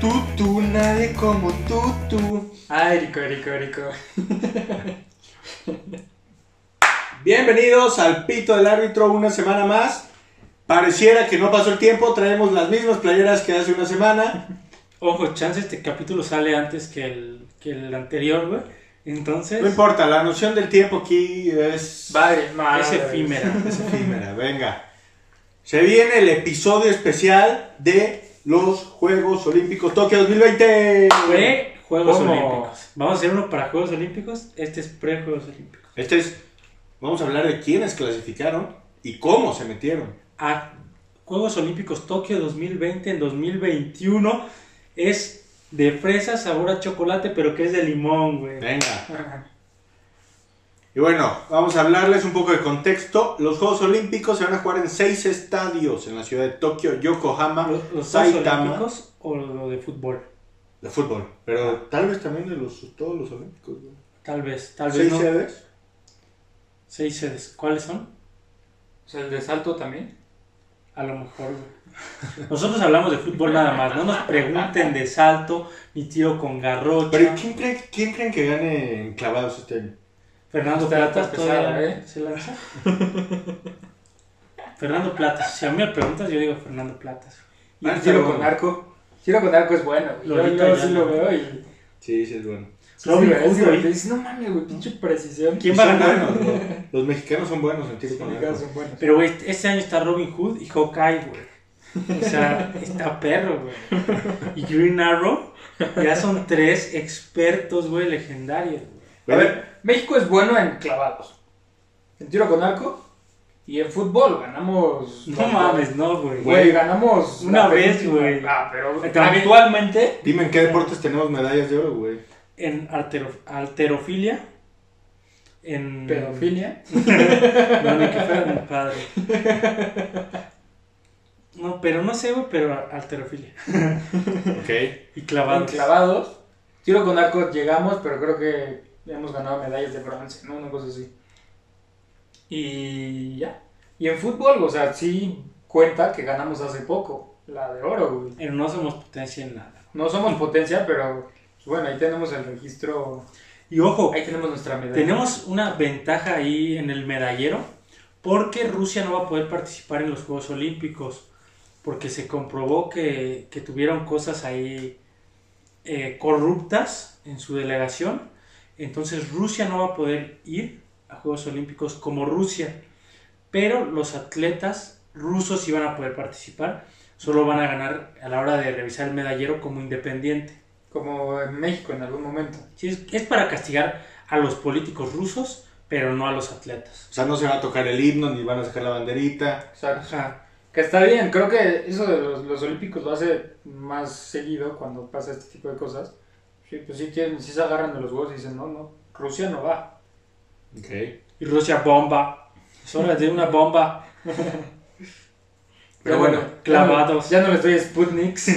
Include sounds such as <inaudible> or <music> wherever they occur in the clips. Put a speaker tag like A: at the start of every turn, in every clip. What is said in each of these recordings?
A: Tú, tú, nadie como tú, tú. Ay, rico, rico, rico.
B: Bienvenidos al Pito del Árbitro una semana más. Pareciera que no pasó el tiempo, traemos las mismas playeras que hace una semana.
A: Ojo, chance este capítulo sale antes que el, que el anterior, güey. Entonces,
B: No importa, la noción del tiempo aquí es,
A: vale, es
C: madres.
B: <laughs>
A: efímera.
B: es efímera. Venga. Se viene el episodio especial de los Juegos Olímpicos Tokio 2020.
A: Fue Juegos
C: ¿Cómo? <laughs>
A: Olímpicos. Vamos a hacer uno para Juegos Olímpicos. Este es pre-Juegos Olímpicos.
B: Este es, vamos a hablar de quiénes clasificaron y cómo se metieron.
A: A Ah, Juegos Olímpicos Tokio 2020 en 2021 es de fresa, sabor a chocolate, pero que es de limón, güey.
B: Venga.
A: Ajá.
B: Y bueno, vamos a hablarles un poco de contexto. Los Juegos Olímpicos se van a jugar en seis estadios en la ciudad de Tokio, Yokohama,
A: ¿Los, los Juegos
B: Saitama.
A: Olímpicos o lo de fútbol?
B: De fútbol, pero tal vez también de los, todos los Olímpicos. güey.
A: Tal vez, tal vez
B: ¿Seis
A: no.
B: sedes?
A: Seis sedes. ¿Cuáles son?
C: O sea, el de salto también.
A: A lo mejor. güey. Nosotros hablamos de fútbol nada más. No nos pregunten de salto, ni tiro con garrocha.
B: Pero ¿quién, cree- quién creen que gane en clavados este año?
A: Fernando
C: Está- está
A: Plata todavía
C: pesada, ¿eh?
A: se lanza. Fernando Plata. Si a mí me preguntas, yo digo Fernando Plata.
C: Y
B: Ah,
C: el tiro
B: pero-
C: con arco. Tiro con arco es bueno, güey. Yo,
A: Lolita
C: yo
A: ya,
C: sí
A: ¿no?
C: lo veo y.
B: Sí, sí, es bueno.
C: Sí,
A: Robin
C: sí, güey,
A: Hood,
C: sí, güey,
A: güey.
C: te dices, no mames, güey, pinche precisión.
A: ¿Quién va a
B: Son
A: ganar?
B: buenos, güey. los mexicanos son buenos en tiro
C: Los
B: con
C: mexicanos
B: arco.
C: son buenos.
A: Pero, güey, este año está Robin Hood y Hawkeye, güey. O sea, está perro, güey. Y Green Arrow ya son tres expertos, güey, legendarios. güey.
C: A ver, México es bueno en clavados. En tiro con arco y en fútbol ganamos.
A: No mames, no, güey.
C: Güey, ganamos. la
A: Una vez,
C: penúltima.
A: güey.
C: Ah, pero.
A: Actualmente,
B: Dime en qué deportes tenemos medallas de oro, güey.
A: en artero- alterofilia, en... <laughs>
C: Pedofilia.
A: No, ni que fuera mi padre. No, pero no sé, güey, pero alterofilia.
B: Ok.
A: Y
C: En
A: clavados.
C: clavados. Tiro con arco llegamos, pero creo que hemos ganado medallas de bronce, ¿no? Una cosa así. Y ya. Y en fútbol, o sea, sí cuenta que ganamos hace poco, la de oro, güey.
A: Pero no somos potencia en nada.
C: No somos potencia, pero pues, bueno, ahí tenemos el registro,
A: Y ojo,
C: ahí tenemos nuestra medalla.
A: tenemos una ventaja ahí en el medallero porque Rusia no va a poder participar en los Juegos Olímpicos porque se comprobó que, que tuvieron cosas ahí eh, corruptas en su delegación. Entonces Rusia no va a poder ir a Juegos Olímpicos como Rusia, pero los atletas rusos sí van a poder participar, solo van a ganar a la hora de revisar el medallero como independiente.
C: Como en México en algún momento.
A: Sí, es, es para castigar a los políticos rusos, pero no a los atletas.
B: O sea, no se va a tocar el himno ni van a sacar la banderita.
C: O sea,
A: Ajá.
C: que está bien, creo que eso de los, los olímpicos lo hace más seguido cuando pasa este tipo de cosas. Sí, pues sí, quieren, sí se agarran de los huevos y dicen, no, no, Rusia no va.
B: Ok.
A: Y Rusia bomba. Es hora de una bomba.
B: Pero bueno,
A: clavados.
C: Ya no, les doy <laughs> Sputniks.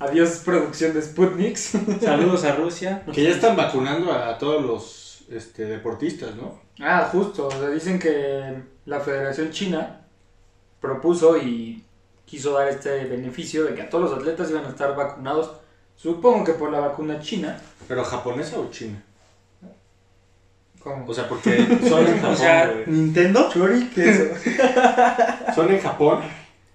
C: Adiós, producción de Sputniks.
A: Saludos a Rusia.
B: <laughs> Que ya están vacunando a todos los este, deportistas, ¿no?
C: Ah, justo. o sea, dicen que la Federación China propuso y quiso dar este beneficio de que a todos los atletas iban a estar vacunados. Supongo que por la vacuna china.
B: ¿Pero japonesa o china?
C: Como
B: <laughs> O sea, porque son en Japón,
A: O sea,
B: güey.
A: Nintendo.
B: Son en Japón,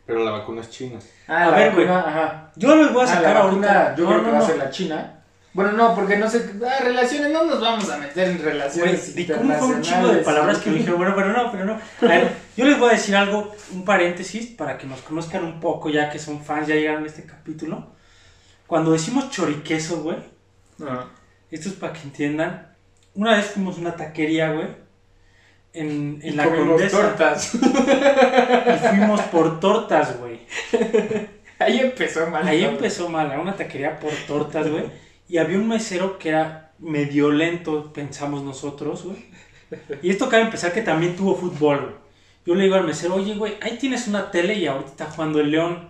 B: pero la vacuna es china.
C: <laughs> Ah,
A: A
C: la
A: ver,
C: vacuna, Ajá.
A: Yo los voy a
C: Ah,
A: sacar
C: la
A: ahorita.
C: vacuna, yo
A: No,
C: creo
A: no,
C: que va a
A: no.
C: ser la china. Bueno, no, porque no sé. Ah, relaciones, no nos vamos a meter en
A: Güey,
C: relaciones.
A: di cómo fue un chingo de
C: internacionales.
A: palabras que me dijeron, bueno, pero no, pero no. A ver, yo les voy a decir algo, un paréntesis, para que nos conozcan un poco, ya que son fans, ya llegaron a este capítulo. Cuando decimos choriqueso, güey,
C: No.
A: Esto es para que entiendan. Una vez fuimos a una taquería, güey. En, en
C: Y
A: la
C: comimos
A: Condesa.
C: tortas.
A: Y fuimos por tortas, güey.
C: Ahí empezó mal.
A: Ahí
C: todo.
A: empezó mal, a una taquería por tortas, güey. Y había un mesero que era medio lento, pensamos nosotros, güey. Y esto cabe empezar que también tuvo fútbol, güey. Yo le digo al mesero, oye, güey, ahí tienes una tele y ahorita está jugando el León.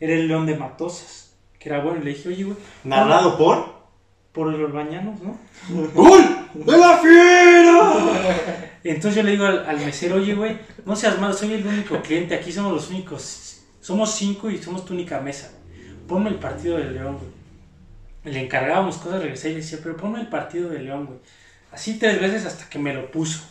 A: Era el León de Matosas, que era bueno. Y le dije, oye, güey,
B: Narrado por...
A: por los bañanos, ¿no?
B: Ah. ¡Gol de la fiera!
A: Entonces yo le digo al, al mesero, oye, güey, no seas malo, soy el único cliente, aquí somos los únicos, somos cinco y somos tu única mesa. Ponme el partido del León, güey. le encargábamos cosas, regresé y le decía, pero ponme el partido de León, güey. Así tres veces hasta que me lo puso.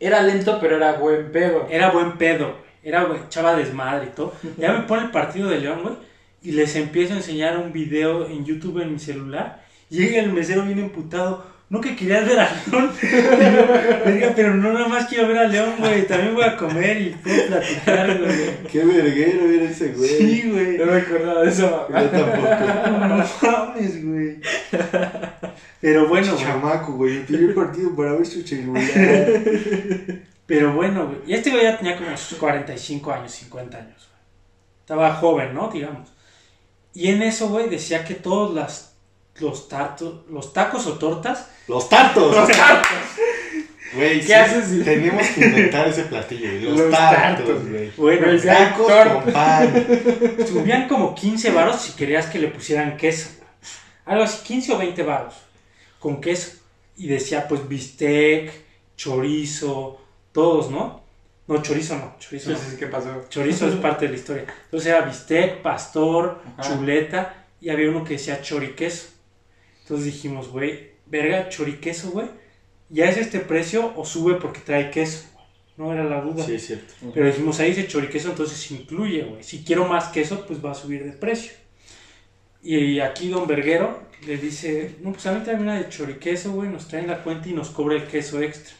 C: Era lento, pero era buen pedo.
A: Era buen pedo, güey. Era güey, chava desmadre y todo. Ya me pone el partido de León, güey. Y les empiezo a enseñar un video en YouTube en mi celular. Llega el mesero bien emputado. No que querías ver a León. <laughs> Y yo, le diga, pero no nada más quiero ver a León, güey. También voy a comer y puedo platicar, güey.
B: Qué verguero era ese güey.
A: Sí, güey.
C: No me acordaba de eso.
B: Yo tampoco.
A: <laughs> No mames, güey. Pero bueno, güey.
B: Chamaco, güey. El primer partido para ver su <laughs> celular.
A: Pero bueno, güey. Y este güey ya tenía como sus 45 años, 50 años. güey. Estaba joven, ¿no? Digamos. Y en eso, güey, decía que todos las, los, tartos, los tacos o tortas.
B: Los tartos.
A: Los tartos.
B: Güey,
C: ¿Qué
B: sí,
C: haces si-
B: Tenemos que inventar ese platillo, güey. Los,
C: Los
B: tartos,
C: tartos.
B: güey.
C: Güey,
A: Bueno, güey,
B: Tacos
C: Torta.
B: con pan.
A: subían como 15 varos si querías que le pusieran queso. güey. Algo así, 15 o 20 varos con queso. Y decía, pues, bistec, chorizo, todos, ¿no? No, chorizo no, chorizo no.
C: Entonces, ¿qué pasó?
A: Chorizo es parte de la historia. Entonces era bistec, pastor,
C: Ajá.
A: chuleta y había uno que decía choriqueso. Entonces dijimos, güey, verga, choriqueso, güey. ¿Ya es este precio o sube porque trae queso? No era la duda.
B: Sí, es cierto.
A: Pero dijimos, ahí dice choriqueso, entonces incluye, güey. Si quiero más queso, pues va a subir de precio. Y aquí Don Verguero le dice, no, pues a mí también una de choriqueso, güey, nos traen la cuenta y nos cobra el queso extra.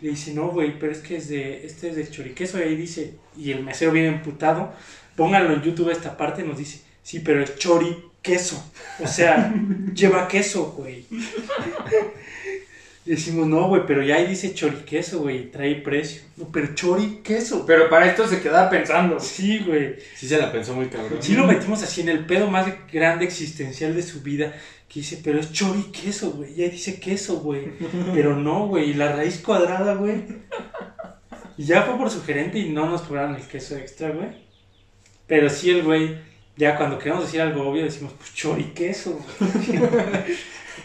A: Le dice, no, güey, pero es que es de, este es del choriqueso. Y ahí dice, y el mesero bien emputado, pónganlo en YouTube esta parte, nos dice, sí, pero es choriqueso. O sea, lleva queso, güey. Y Decimos, no, güey, pero ya ahí dice choriqueso, güey, y trae precio. No, pero choriqueso.
C: Pero para esto se quedaba pensando.
A: Sí, güey.
B: Sí se la pensó muy cabrón.
A: Sí lo metimos así en el pedo más grande existencial de su vida. Que dice, pero es chori queso, güey. Ya dice queso, güey. Pero no, güey. Y la raíz cuadrada, güey. Y ya fue por su gerente y no nos cobraron el queso extra, güey. Pero sí el güey, ya cuando queremos decir algo obvio, decimos, pues chori queso, güey.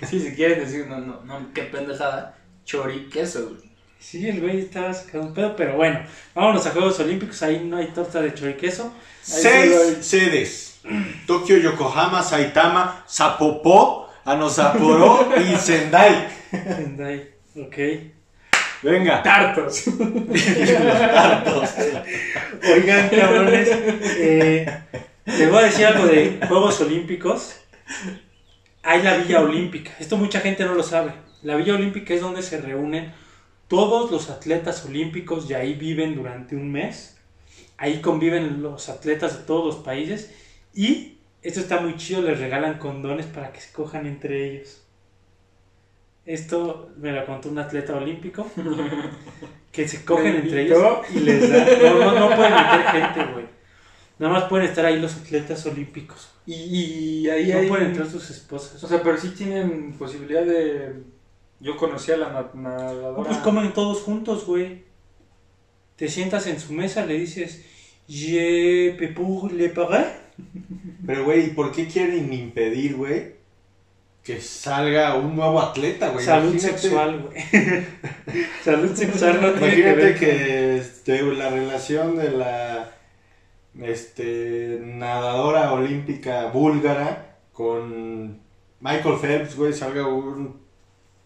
C: Sí, si quieren decir, no, no, no, qué pendejada. Choriqueso, güey.
A: Sí, el güey estaba sacando un pedo, pero bueno. Vámonos a Juegos Olímpicos. Ahí no hay torta de chori queso. <laughs>
B: Seis sedes. Tokio, Yokohama, Saitama, Zapopó, Anosaporó y Sendai.
A: Sendai, Ok. <laughs>
B: Venga.
C: Tartos.
B: Los tartos.
A: Oigan, cabrones, eh, les voy a decir algo de Juegos Olímpicos. Hay la Villa Olímpica. Esto mucha gente no lo sabe. La Villa Olímpica es donde se reúnen todos los atletas olímpicos y ahí viven durante un mes. Ahí conviven los atletas de todos los países. Y esto está muy chido, les regalan condones para que se cojan entre ellos. Esto me lo contó un atleta olímpico. Que se cogen entre
C: Bendito.
A: ellos y les dan. No, no, no pueden meter gente, güey. Nada más pueden estar ahí los atletas olímpicos.
C: Y, y ahí
A: No
C: hay...
A: pueden entrar sus esposas.
C: O sea, pero sí tienen posibilidad de... Yo conocí a la na- nadadora.
A: No, pues comen todos juntos, güey. Te sientas en su mesa, le dices, Je peux pour le pagar.
B: Pero, güey, ¿y ¿por qué quieren impedir, güey? Que salga un nuevo atleta, güey.
A: Salud
B: Imagínate-
A: sexual, <laughs> güey. Salud sexual no tiene que
B: Imagínate
A: ver.
B: que este, la relación de la este, nadadora olímpica búlgara con Michael Phelps, güey, salga un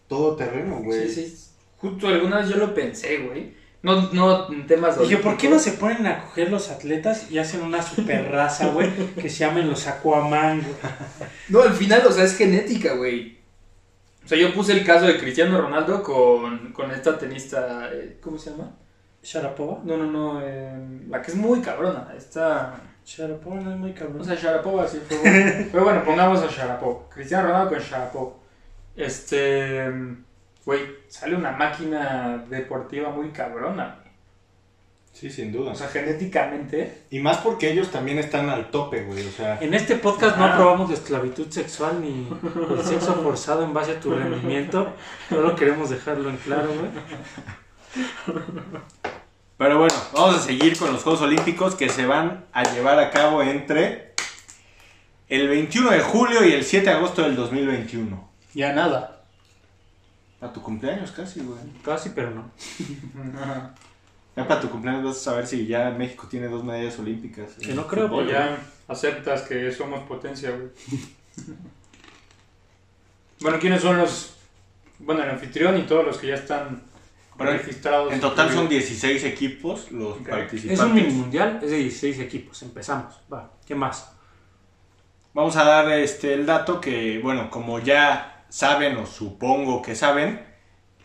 B: todoterreno, güey.
C: Sí, sí. Justo alguna vez yo lo pensé, güey. No, no en temas de...
A: Dije, ¿por qué no
C: olímpicos.
A: se ponen a coger los atletas y hacen una super raza, güey? Que se llamen los Aquaman, güey. <laughs>
C: No, al final, o sea, es genética, güey. O sea, yo puse el caso de Cristiano Ronaldo con, con esta tenista... eh, ¿Cómo se llama?
A: Sharapova.
C: No, no, no. eh, la que es muy cabrona. Esta...
A: Sharapova no es muy cabrón.
C: O sea, Sharapova sí fue bueno. Pero bueno, pongamos a Sharapova. Cristiano Ronaldo con Sharapova. Este. Güey, sale una máquina deportiva muy cabrona. güey.
B: Sí, sin duda.
C: O sea, genéticamente.
B: y más porque ellos también están al tope, güey. O sea,
A: En este podcast no
C: Ah.
A: aprobamos la esclavitud sexual ni el sexo forzado en base a tu rendimiento. Solo queremos dejarlo en claro, güey.
B: Pero bueno, vamos a seguir con los Juegos Olímpicos que se van a llevar a cabo entre el 21 de julio y el 7 de agosto del 2021.
A: Ya nada.
B: Para tu cumpleaños casi, güey.
A: Casi, pero no.
B: Ya para tu cumpleaños vas a saber si ya México tiene dos medallas olímpicas.
A: Que no creo,
B: Fútbol,
A: pues,
B: güey. <laughs>
C: aceptas que somos potencia, güey. Bueno, ¿quiénes son los. Bueno, el anfitrión y todos los que ya están
B: Bueno,
C: registrados.
B: En total son 16 equipos los
C: Ok.
A: Es un mini
B: participantes.
A: mundial, es de 16 equipos. Empezamos. Va, ¿qué más?
B: Vamos a dar este, el dato que, bueno, como ya saben o supongo que saben,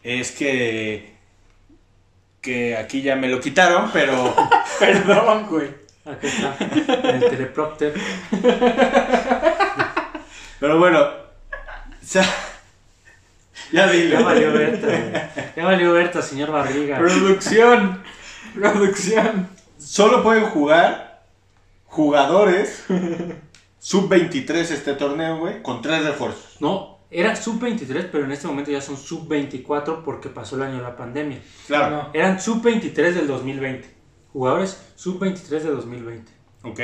B: es que, que aquí ya me lo quitaron, <laughs> pero
C: Perdón, güey.
A: Aquí está, en el teleprompter.
B: Pero bueno, sa- ya dilo. <laughs>
A: Ya valió Berta, güey. ya valió Berta, señor Barriga.
C: Producción. Producción.
B: Solo pueden jugar jugadores sub-23 este torneo, güey, con tres refuerzos.
A: No, era sub-23, pero en este momento ya son sub-24 porque pasó el año de la pandemia.
B: Claro.
A: Eran sub-23 del 2020. Jugadores sub-23 del 2020.
B: Ok.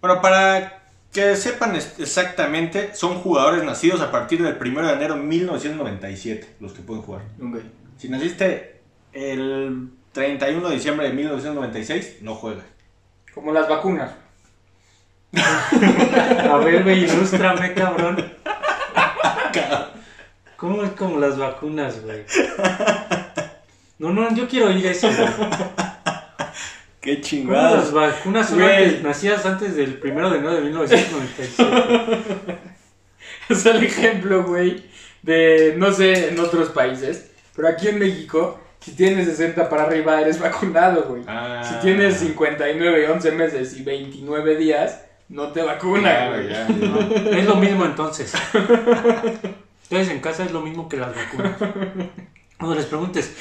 B: Bueno, para que sepan es- exactamente, son jugadores nacidos a partir del 1 de enero de 1997 los que pueden jugar.
C: Ok.
B: Si naciste el 31 de diciembre de 1996, no juegas.
C: Como las vacunas. <laughs>
A: A ver, güey, ilústrame, cabrón. ¿Cómo es como las vacunas, güey? No, no, yo quiero oír eso, güey.
B: Qué
A: ¿Cómo las vacunas son
C: Güey.
A: antes- nacidas antes del 1 de enero de 1997?
C: Es el ejemplo, güey, de no sé en otros países, pero aquí en México, si tienes 60 para arriba, eres vacunado, güey.
B: Ah.
C: Si tienes 59 y 11 meses y 29 días, no te vacunan,
B: Claro,
C: güey.
B: ya, ya.
A: Es lo mismo entonces. Entonces en casa es lo mismo que las vacunas. Cuando les preguntes,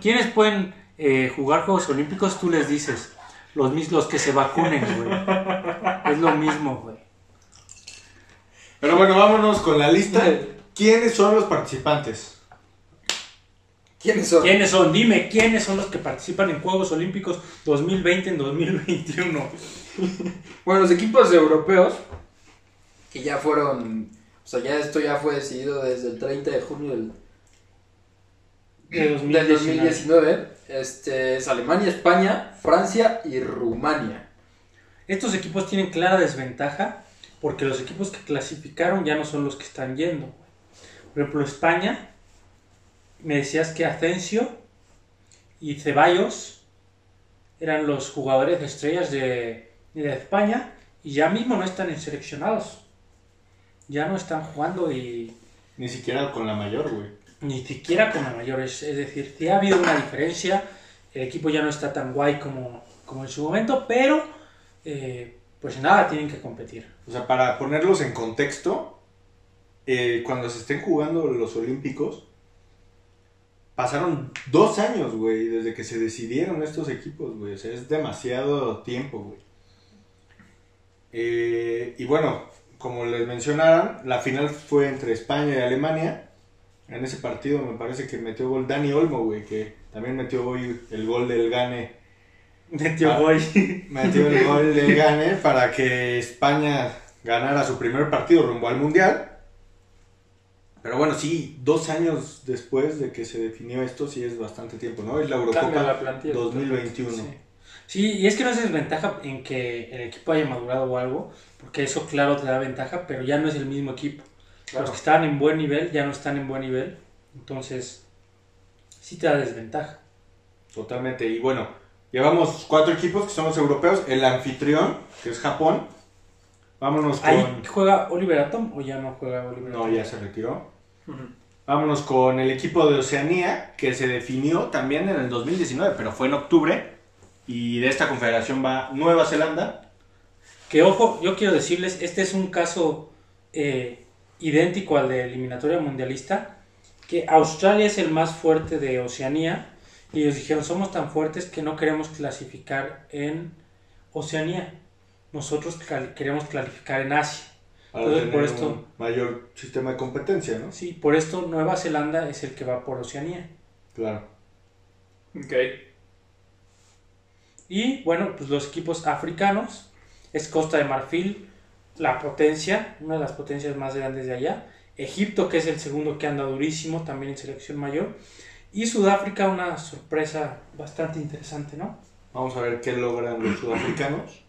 A: ¿quiénes pueden eh, jugar Juegos Olímpicos? Tú les dices, los, mis- los que se vacunen, güey. Es lo mismo, güey.
B: Pero bueno, vámonos con la <laughs> lista.
C: Sí.
B: ¿Quiénes son los participantes?
C: ¿Quiénes son?
A: ¿Quiénes son? Dime, ¿quiénes son los que participan en Juegos Olímpicos 2020 en 2021?
C: Bueno, los equipos europeos, que ya fueron,
D: O sea, ya esto ya fue decidido desde el 30 de junio del,
A: De
D: del 2019. Este, es Alemania, España, Francia y Rumania.
A: Estos equipos tienen clara desventaja porque los equipos que clasificaron ya no son los que están yendo. Por ejemplo, España, me decías que Asencio y Ceballos eran los jugadores estrellas de, de España y ya mismo no están en seleccionados. Ya no están jugando y
B: Ni siquiera con la mayor, güey.
A: ni siquiera con la mayor. Es, es decir, sí ha habido una diferencia. El equipo ya no está tan guay como, como en su momento, pero eh, pues nada, tienen que competir.
B: O sea, para ponerlos en contexto, eh, cuando se estén jugando los Olímpicos, pasaron dos años, güey, desde que se decidieron estos equipos, güey. O sea, es demasiado tiempo, güey. Eh, y bueno, como les mencionaron, la final fue entre España y Alemania. En ese partido me parece que metió gol Dani Olmo, güey, que también metió hoy el gol del Gane
A: De tío
B: Ah.
A: Boy.
B: metió el gol del Gane para que España ganara su primer partido rumbo al Mundial. Pero bueno, sí, dos años después de que se definió esto, sí es bastante tiempo, ¿no? Es la
C: Cambia
B: Eurocopa
C: la plantilla.
B: 2021.
C: Sí.
A: Sí, y es que no es desventaja en que el equipo haya madurado o algo, porque eso claro te da ventaja, pero ya no es el mismo equipo. Los
C: Claro.
A: que estaban en buen nivel ya no están en buen nivel, entonces sí te da desventaja.
B: Totalmente. Y bueno, llevamos cuatro equipos que son los europeos. El anfitrión, que es Japón. Vámonos con...
A: ¿Ahí juega Oliver Atom o ya no juega Oliver
B: No,
A: Atom?
B: ya se retiró.
C: Ujú.
B: Vámonos con el equipo de Oceanía, que se definió también en el 2019, pero fue en octubre. Y de esta confederación va Nueva Zelanda.
A: Que ojo, yo quiero decirles, este es un caso eh, idéntico al de eliminatoria mundialista, que Australia es el más fuerte de Oceanía y ellos dijeron, somos tan fuertes que no queremos clasificar en Oceanía, nosotros cal- queremos clasificar en Asia.
B: Para
A: Entonces,
B: tener
A: por esto-
B: un mayor sistema de competencia, ¿no?
A: Sí, por esto Nueva Zelanda es el que va por Oceanía.
B: Claro.
C: Ok.
A: Y bueno, pues los equipos africanos es Costa de Marfil, la potencia, una de las potencias más grandes de allá. Egipto, que es el segundo que anda durísimo, también en selección mayor. Y Sudáfrica, una sorpresa bastante interesante, ¿no?
B: Vamos a ver qué logran los sudafricanos.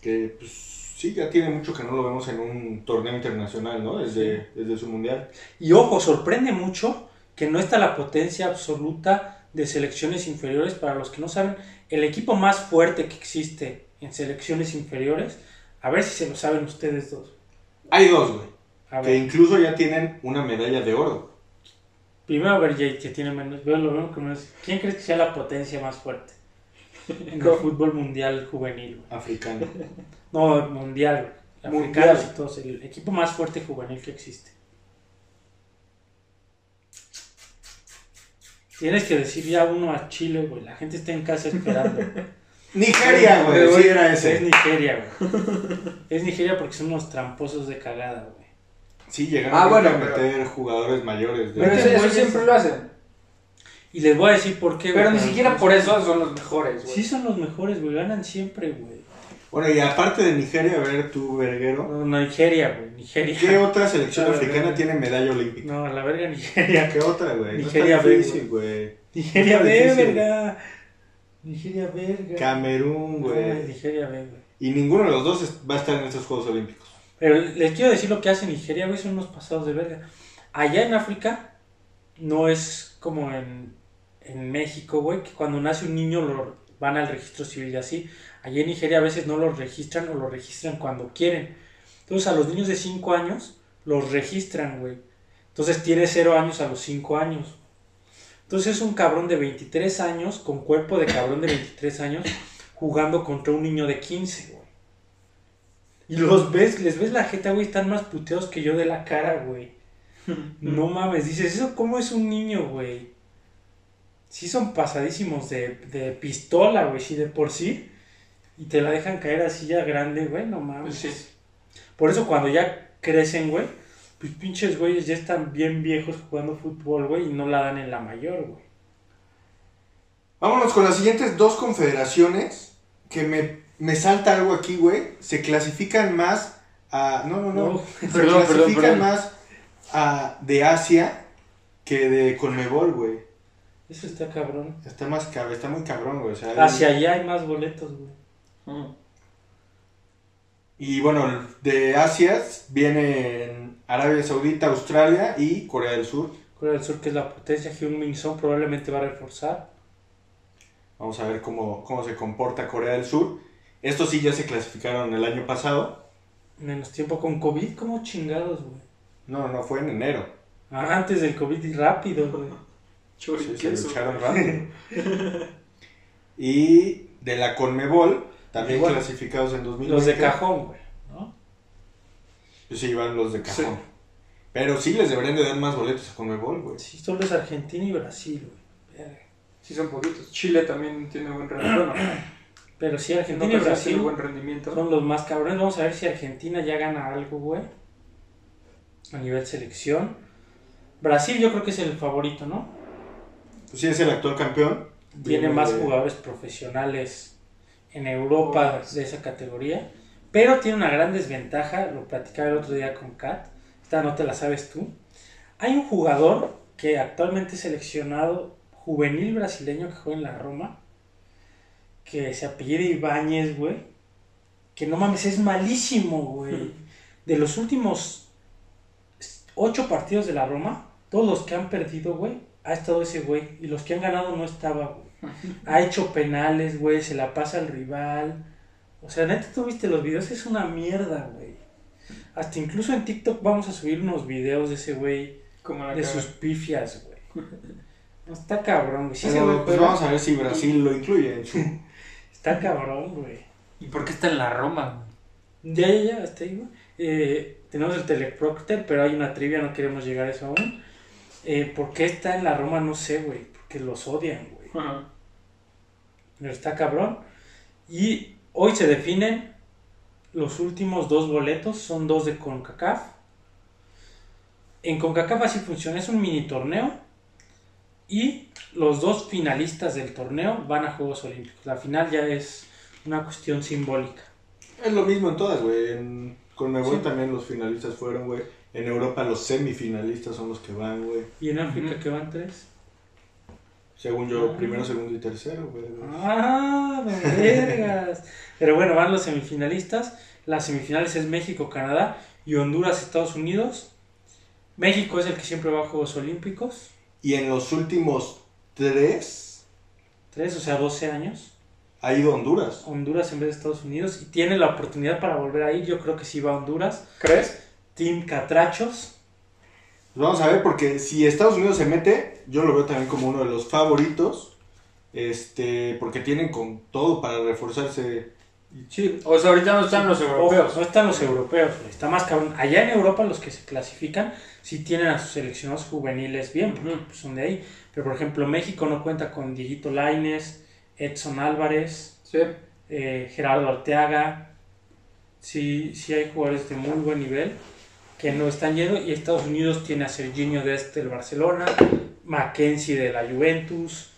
B: Que pues, sí, ya tiene mucho que no lo vemos en un torneo internacional, ¿no? Desde, desde su mundial.
A: Y ojo, sorprende mucho que no está la potencia absoluta de selecciones inferiores. Para los que no saben, el equipo más fuerte que existe en selecciones inferiores, a ver si se lo saben ustedes dos.
B: Hay dos, güey,
A: A
B: que
A: ver,
B: incluso ya tienen una medalla de oro.
A: primero a ver Jake, que tiene menos, veo lo veo con menos. ¿Quién crees que sea la potencia más fuerte? En el fútbol mundial juvenil, güey.
B: Africano.
A: No, mundial, güey.
C: Mundial.
A: Africanos y todos, el equipo más fuerte juvenil que existe. Tienes que decir ya uno a Chile, güey. La gente está en
C: <laughs>
A: casa esperando.
B: Nigeria, güey. Sí, era
A: Es
B: ese.
A: Nigeria, güey. Es Nigeria porque son unos tramposos de cagada, güey.
B: Sí, llegaron
D: Ah,
B: creo que
D: bueno,
B: a
D: pero-
B: meter jugadores mayores. de-
C: Pero
A: Meten
C: eso, eso
A: goles.
C: siempre lo hacen.
A: Y les voy a decir por qué,
C: Pero
A: güey.
C: ni siquiera por eso son los mejores, güey.
A: Sí son los mejores, güey. Ganan siempre, güey.
B: Bueno, y aparte de Nigeria, a ver tú, verguero.
A: No, Nigeria, güey. Nigeria.
B: ¿Qué otra selección
A: Claro,
B: africana
A: güey.
B: tiene medalla olímpica?
A: <laughs> No, a la
B: <laughs>
A: verga Nigeria.
B: ¿Qué otra, güey? No
A: Nigeria
B: está
A: B,
B: difícil, güey.
A: Nigeria
B: Está
A: B,
B: difícil.
A: verga. Nigeria verga.
B: Camerún,
A: Ay,
B: güey.
A: Nigeria B, güey.
B: Y ninguno de los dos es- va a estar en estos Juegos Olímpicos.
A: Pero les quiero decir lo que hace Nigeria, güey, son unos pasados de verga. Allá en África no es como en, en México, güey, que cuando nace un niño lo van al registro civil y así. Allá en Nigeria a veces no los registran o lo registran cuando quieren. Entonces a los niños de 5 años los registran, güey. Entonces tiene 0 años a los 5 años. Entonces es un cabrón de 23 años, con cuerpo de cabrón de 23 años, jugando contra un niño de 15, güey. Y los ves, les ves la jeta, güey, están más puteados que yo de la cara, güey.
C: <laughs>
A: No mames, dices, ¿eso cómo es un niño, güey? Sí son pasadísimos de, de pistola, güey, sí de por sí. Y te la dejan caer así ya grande, güey, no mames.
C: Pues sí.
A: Por eso cuando ya crecen, güey, pues pinches güeyes ya están bien viejos jugando fútbol, güey, y no la dan en la mayor, güey.
B: Vámonos con las siguientes dos confederaciones que me, me salta algo aquí, güey. Se clasifican más a... No, no, no.
A: No,
B: Se
C: perdón, perdón,
B: clasifican
C: perdón.
B: más a, de Asia que de Conmebol, güey.
A: Eso está cabrón.
B: Está más cab- está muy cabrón, güey. o sea,
A: Hacia allá hay más boletos, güey.
C: Mm.
B: Y bueno, de Asia vienen Arabia Saudita, Australia y Corea del Sur.
A: Corea del Sur, que es la potencia, Hyun Min Son probablemente va a reforzar.
B: Vamos a ver cómo, cómo se comporta Corea del Sur. Estos sí ya se clasificaron el año pasado.
A: Menos tiempo con COVID, como chingados, güey.
B: No, no, fue en enero.
A: Ah, antes del COVID y rápido, güey.
C: Chori,
B: Sí, se
C: queso.
B: lucharon rápido. y de la Conmebol, también
A: Igual.
B: clasificados en 2020.
A: Los de cajón, güey. ¿no?
B: pues Sí, van los de cajón.
C: Sí.
B: Pero sí les deberían de dar más boletos a Conmebol, güey.
A: Sí, solo es Argentina y Brasil, güey. Verga.
C: Sí, son poquitos. Chile también tiene buen rendimiento. Bueno,
A: Pero sí,
C: que
A: Argentina
C: no
A: y
C: pensaba
A: Brasil
C: tiene buen rendimiento.
A: son los más cabrones. Vamos a ver si Argentina ya gana algo, güey. A nivel selección. Brasil yo creo que es el favorito, ¿no?
B: Pues sí, es el actual campeón.
A: Tiene
B: Viene
A: más
B: de-
A: jugadores profesionales en Europa de esa categoría, pero tiene una gran desventaja, lo platicaba el otro día con Kat, esta no te la sabes tú. Hay un jugador que actualmente es seleccionado juvenil brasileño que juega en la Roma, que se apellida Ibáñez, güey, que no mames, es malísimo, güey. De los últimos ocho partidos de la Roma, todos los que han perdido, güey, ha estado ese güey. Y los que han ganado no estaba, güey. Ha hecho penales, güey, se la pasa al rival. O sea, neta, tú viste los videos, es una mierda, güey. Hasta incluso en TikTok vamos a subir unos videos de ese güey,
C: Como
B: Ah,
C: la
A: de
C: cara.
A: sus pifias, güey.
B: <laughs>
A: No, Está cabrón, güey. Sí, ese
B: Pero,
A: güey
B: pues
A: juega-
B: vamos a ver si Brasil lo incluye en su
A: Está cabrón, güey.
C: ¿Y por qué está en la Roma?
A: Ya, ya, ya, hasta ahí, güey. Eh, tenemos el teleprompter, pero hay una trivia, no queremos llegar a eso aún. Eh, ¿Por qué está en la Roma? No sé, güey. Porque los odian, güey.
C: Ajá.
A: Pero está cabrón. Y hoy se definen los últimos dos boletos, son dos de CONCACAF. En CONCACAF así funciona, es un mini torneo. Y los dos finalistas del torneo van a Juegos Olímpicos. La final ya es una cuestión simbólica.
B: Es lo mismo en todas, güey. En Conmebol
A: Sí.
B: también los finalistas fueron, güey. En Europa los semifinalistas son los que van, güey.
A: ¿Y en África
C: Ujú.
A: que van tres?
B: Según yo, primero, segundo y tercero, güey.
A: ¡Ah, de vergas! Pero bueno, van los semifinalistas. Las semifinales es México, Canadá y Honduras, Estados Unidos. México es el que siempre va a Juegos Olímpicos.
B: Y en los últimos tres
A: Tres, o sea, 12 años.
B: ha ido a Honduras.
A: Honduras en vez de Estados Unidos. Y tiene la oportunidad para volver a ir. Yo creo que sí va a Honduras.
C: ¿Crees?
A: Team Catrachos.
B: Pues vamos a ver, porque si Estados Unidos se mete, yo lo veo también como uno de los favoritos. Este, porque tienen con todo para reforzarse.
C: Sí. O sea, ahorita no están los europeos.
A: Ojo, no están los europeos, güey, está más cabrón. Allá en Europa los que se clasifican sí tienen a sus seleccionados juveniles bien, porque, pues, son de ahí. Pero por ejemplo, México no cuenta con Dieguito Laines, Edson Álvarez,
C: Sí.
A: eh, Gerardo Arteaga. Sí, sí hay jugadores de muy buen nivel que no están yendo. Y Estados Unidos tiene a Serginho de este del Barcelona, Mackenzie de la Juventus.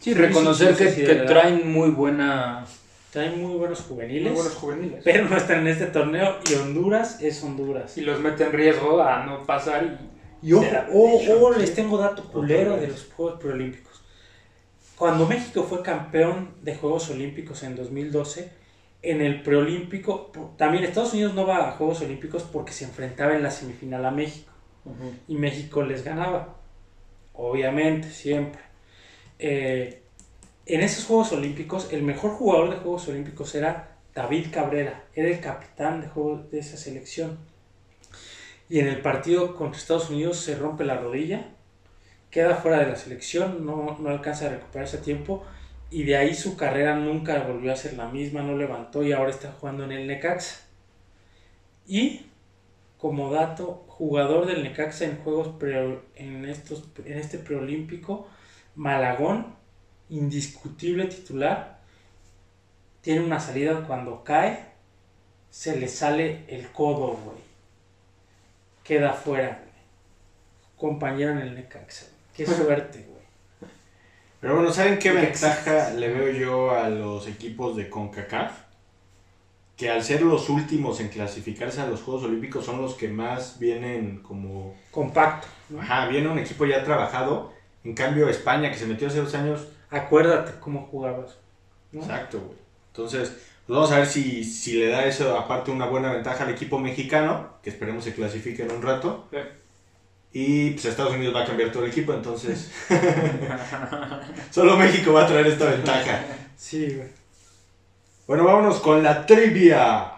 C: Sí, reconocer
A: sí, sí,
C: que,
A: sí,
C: que
A: de verdad.
C: traen muy buena.
A: Traen muy buenos juveniles.
C: Muy buenos juveniles.
A: Pero no están en este torneo y Honduras es Honduras.
C: Y los mete en riesgo a no pasar y.
A: Y ojo,
C: Será
A: oh,
C: Nation,
A: oh,
C: sí.
A: les tengo dato culero de los Juegos Preolímpicos. Cuando México fue campeón de Juegos Olímpicos en 2012, en el preolímpico, pu- también Estados Unidos no va a Juegos Olímpicos porque se enfrentaba en la semifinal a México y México les ganaba. Obviamente, siempre. Eh, en esos Juegos Olímpicos, el mejor jugador de Juegos Olímpicos era David Cabrera, era el capitán de, juego- de esa selección. Y en el partido contra Estados Unidos se rompe la rodilla, queda fuera de la selección, no, no alcanza a recuperarse a tiempo. Y de ahí su carrera nunca volvió a ser la misma, no levantó y ahora está jugando en el Necaxa. Y como dato, jugador del Necaxa en juegos pre- en estos en este preolímpico, Malagón, indiscutible titular, tiene una salida cuando cae, se le sale el codo, güey. Queda fuera, güey. Compañero en el Necaxa. Qué suerte, güey.
B: Pero bueno, ¿saben qué
A: Porque
B: ventaja le veo yo a los equipos de CONCACAF? Que al ser los últimos en clasificarse a los Juegos Olímpicos son los que más vienen como...
A: Compacto. ¿no?
B: Ajá, viene un equipo ya trabajado. En cambio, España, que se metió hace dos años,
A: Acuérdate cómo jugabas. ¿no?
B: Exacto, güey. Entonces, pues vamos a ver si, si le da eso, aparte, una buena ventaja al equipo mexicano, que esperemos se clasifique en un rato.
C: Sí.
B: Y pues Estados Unidos va a cambiar todo el equipo, entonces <laughs> solo México va a traer esta ventaja.
A: Sí, güey.
B: Bueno, vámonos con la trivia,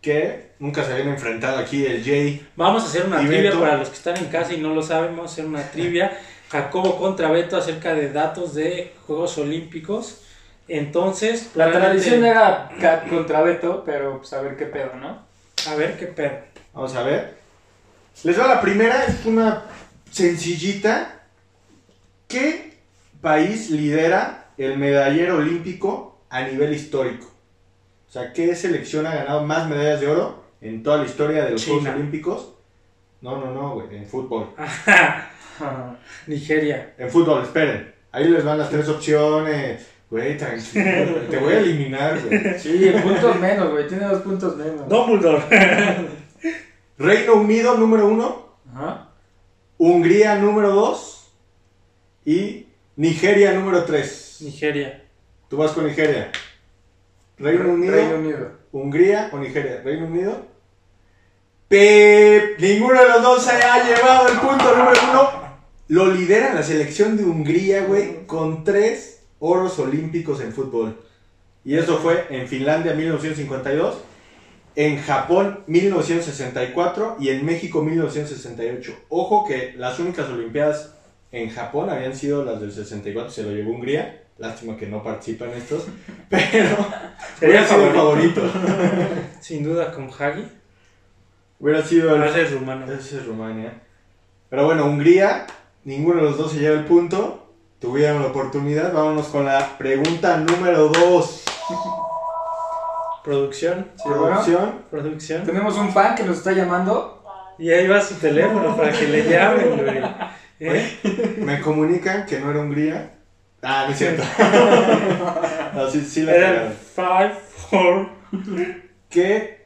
B: que nunca se habían enfrentado aquí el Jay.
A: Vamos a hacer una
B: Y
A: trivia
B: Beto.
A: para los que están en casa y no lo saben. Vamos a hacer una trivia. Jacobo contra Beto acerca de datos de Juegos Olímpicos. Entonces,
C: La
A: realmente-
C: tradición era Cat contra Beto, pero pues a ver qué pedo, ¿no?
A: A ver qué perro.
B: Vamos a ver. Les va la primera, es una sencillita. ¿Qué país lidera el medallero olímpico a nivel histórico? O sea, ¿qué selección ha ganado más medallas de oro en toda la historia de los
A: China.
B: Juegos Olímpicos? No, no, no, güey, en fútbol.
A: Nigeria.
B: En fútbol, esperen. Ahí les van las tres opciones. Güey, tranquilo, güey, te voy a eliminar, güey.
C: <laughs> Sí, puntos menos, güey. Tiene dos puntos menos.
A: Dumbledore.
B: Reino Unido número uno,
C: Ajá.
B: Hungría número 2 y Nigeria número 3.
A: Nigeria.
B: Tú vas con Nigeria. Reino Unido,
C: Reino Unido.
B: Hungría o Nigeria. Reino Unido. ¡Pep! Ninguno de los dos se ha llevado el punto número 1. Lo lidera la selección de Hungría, güey, con tres oros olímpicos en fútbol. Y eso fue en Finlandia 1952, en Japón 1964 y en México 1968. Ojo que las únicas Olimpiadas en Japón habían sido las del 64, se lo llevó Hungría. Lástima que no participan estos, <laughs> pero hubiera sido el favorito.
A: Sin duda con Hagi.
B: Hubiera sido <laughs> el...
A: Gracias, rumano.
B: Ese es Rumania. Pero bueno, Hungría, ninguno de los dos se lleva el punto. Tuvieron la oportunidad. Vámonos con la pregunta número 2.
A: Producción.
C: Sí, bueno.
A: Producción.
C: Tenemos un fan que nos está llamando.
A: Y ahí va su teléfono para que le llamen, <laughs> güey. ¿Eh?
B: Me comunican que no era Hungría. Ah, no es
C: <laughs>
B: cierto. no, sí, sí la
A: Eran
B: cagaron.
A: 5, 4.
B: Que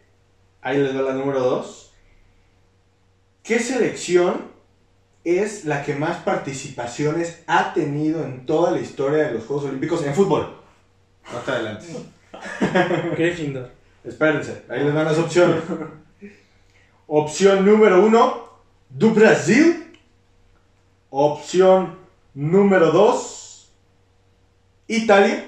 B: ahí les doy la número 2. ¿Qué selección es la que más participaciones ha tenido en toda la historia de los Juegos Olímpicos en fútbol? No te adelantes.
A: Gryffindor.
B: Espérense, ahí les van las opciones. Opción número uno, do Brasil. Opción número dos, Italia.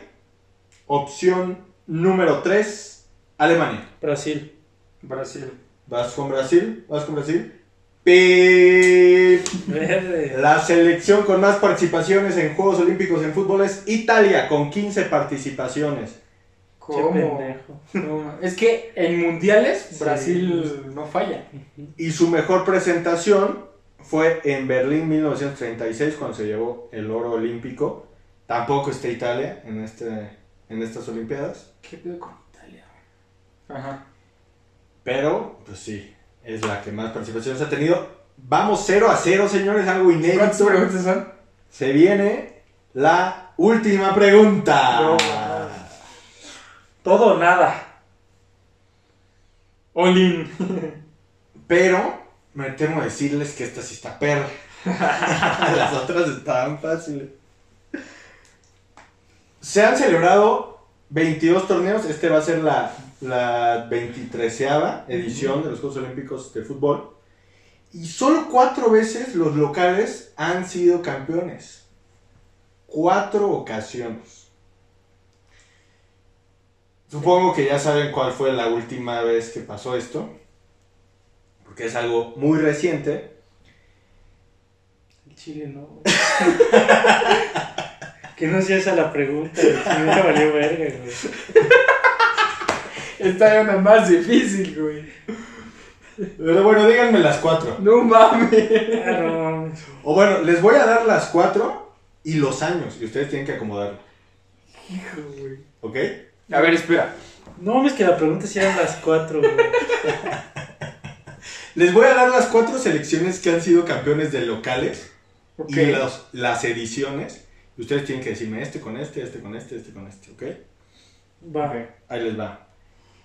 B: Opción número tres, Alemania.
A: Brasil.
C: Brasil.
B: Vas con Brasil, vas con Brasil. Pi-
A: Verde.
B: La selección con más participaciones en Juegos Olímpicos en fútbol es Italia, con 15 participaciones.
A: Qué
C: ¿Cómo?
A: pendejo.
C: No, es que en mundiales
A: Sí.
C: Brasil no falla.
B: Y su mejor presentación fue en Berlín 1936, cuando se llevó el oro olímpico. Tampoco está Italia en, este, en estas Olimpiadas,
C: ¿Qué pedo con Italia? Ajá.
B: pero pues sí, es la que más participaciones ha tenido. Vamos 0 a 0, señores, algo
C: ¿Cuántas
B: inédito.
C: preguntas son?
B: Se viene la última pregunta.
C: No.
A: Todo o nada.
C: Olin.
B: Pero me temo decirles que esta sí está perra. <laughs> Las otras estaban fáciles. Se han celebrado 22 torneos. Este va a ser la, la 23 edición de los Juegos Olímpicos de Fútbol. Y solo cuatro veces los locales han sido campeones. Cuatro ocasiones. Supongo que ya saben cuál fue la última vez que pasó esto. Porque es algo muy reciente.
A: El Chile no. <laughs> güey. que no sea esa la pregunta. güey. Si no me valió verga, güey.
C: Esta era una más difícil, güey.
B: Pero bueno, díganme las cuatro.
C: No mames.
A: Ah, no mames.
B: O bueno, les voy a dar las cuatro y los años. Y ustedes tienen que acomodarlo.
C: Hijo, güey.
B: ¿Ok?
C: A ver, espera.
A: No mames, que la pregunta si eran las cuatro, güey.
B: Les voy a dar las cuatro selecciones que han sido campeones de locales
C: Ok.
B: y los- las ediciones. Y ustedes tienen que decirme este con este, este con este, este con este. ¿Ok?
A: Va.
C: Ok.
B: Ahí les va.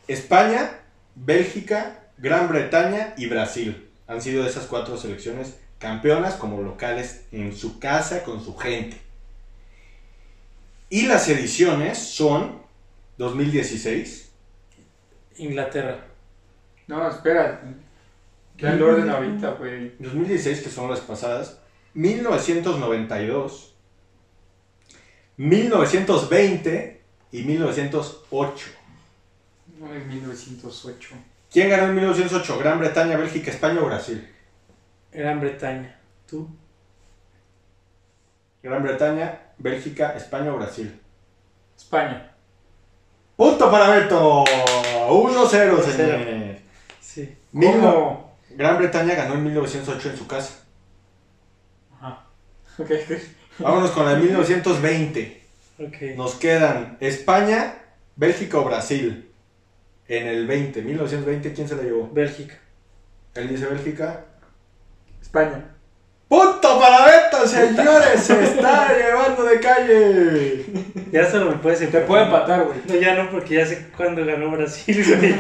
B: España, Bélgica, Gran Bretaña y Brasil. Han sido esas cuatro selecciones campeonas como locales en su casa con su gente. Y las ediciones son 2016,
A: Inglaterra.
C: No, espera. Ya el orden ahorita, güey.
B: 2016 que son las pasadas, 1992, 1920 y 1908.
C: No, en 1908.
B: ¿Quién ganó en 1908? Gran Bretaña, Bélgica, España o Brasil.
A: Gran Bretaña. ¿Tú?
B: Gran Bretaña, Bélgica, España o Brasil.
C: España.
B: Punto para Beto. 1-0, señores.
A: Sí.
B: Mil-
C: ¿Cómo?
B: Gran Bretaña ganó en 1908 en su casa.
C: Ajá. Ok.
B: Vámonos con la de 1920.
A: Ok.
B: Nos quedan España, Bélgica o Brasil. En el 20, 1920, ¿quién se la llevó?
A: Bélgica.
B: Él dice Bélgica.
C: España.
B: ¡Punto para Beto, señores! ¡Se está llevando de calle!
A: Ya solo me puedes
C: Te puede empatar, güey.
A: No, ya no, porque ya sé cuándo ganó Brasil, güey.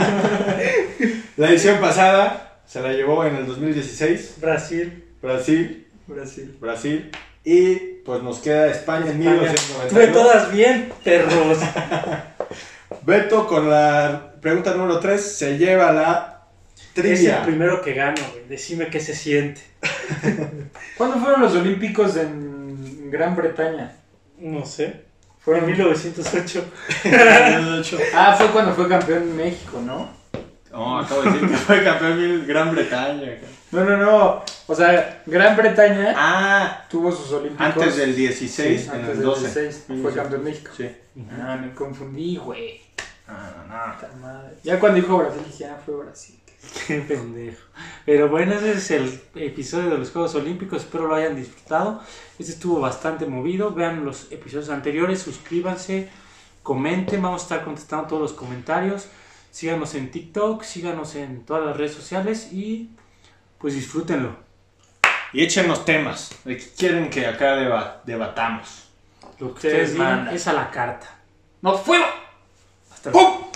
A: <laughs>
B: La edición pasada se la llevó en el 2016.
A: Brasil.
B: Brasil,
C: Brasil.
B: Brasil. Y pues nos queda España en
A: Tuve
B: 1992.
A: todas bien, <laughs> perros.
B: Beto con la pregunta número 3 se lleva la
A: Es el
B: trivia.
A: primero que gano, güey. Decime qué se siente.
C: ¿Cuándo fueron los Olímpicos en Gran Bretaña?
A: No sé. Fue en
C: Fueron
A: 1908.
B: <laughs>
C: Ah, fue cuando fue campeón México, ¿no?
B: No, acabo de decir que fue campeón de Gran Bretaña.
C: No, no, no. O sea, Gran Bretaña
B: Ah,
C: tuvo sus Olímpicos.
B: antes del 16,
C: Sí,
B: en
C: antes
B: el
C: del
B: 12.
C: 16,
B: Sí,
C: Fue
B: sí.
C: campeón México.
B: Sí.
C: Ah, me confundí, güey.
B: Ah, no.
C: Puta madre. Ya cuando dijo Brasil, dije, ah, fue Brasil.
A: <laughs> Qué pendejo. Pero bueno, ese es el episodio de los Juegos Olímpicos. Espero lo hayan disfrutado. Este estuvo bastante movido. Vean los episodios anteriores, suscríbanse, comenten. Vamos a estar contestando todos los comentarios. Síganos en TikTok, síganos en todas las redes sociales y pues disfrútenlo.
B: Y échenos temas de que quieren que acá deba- debatamos.
A: Lo que
C: Sí,
A: ustedes
C: manda.
A: digan es a la carta.
C: ¡Nos fuimos!
A: Hasta luego.
B: ¡Pum!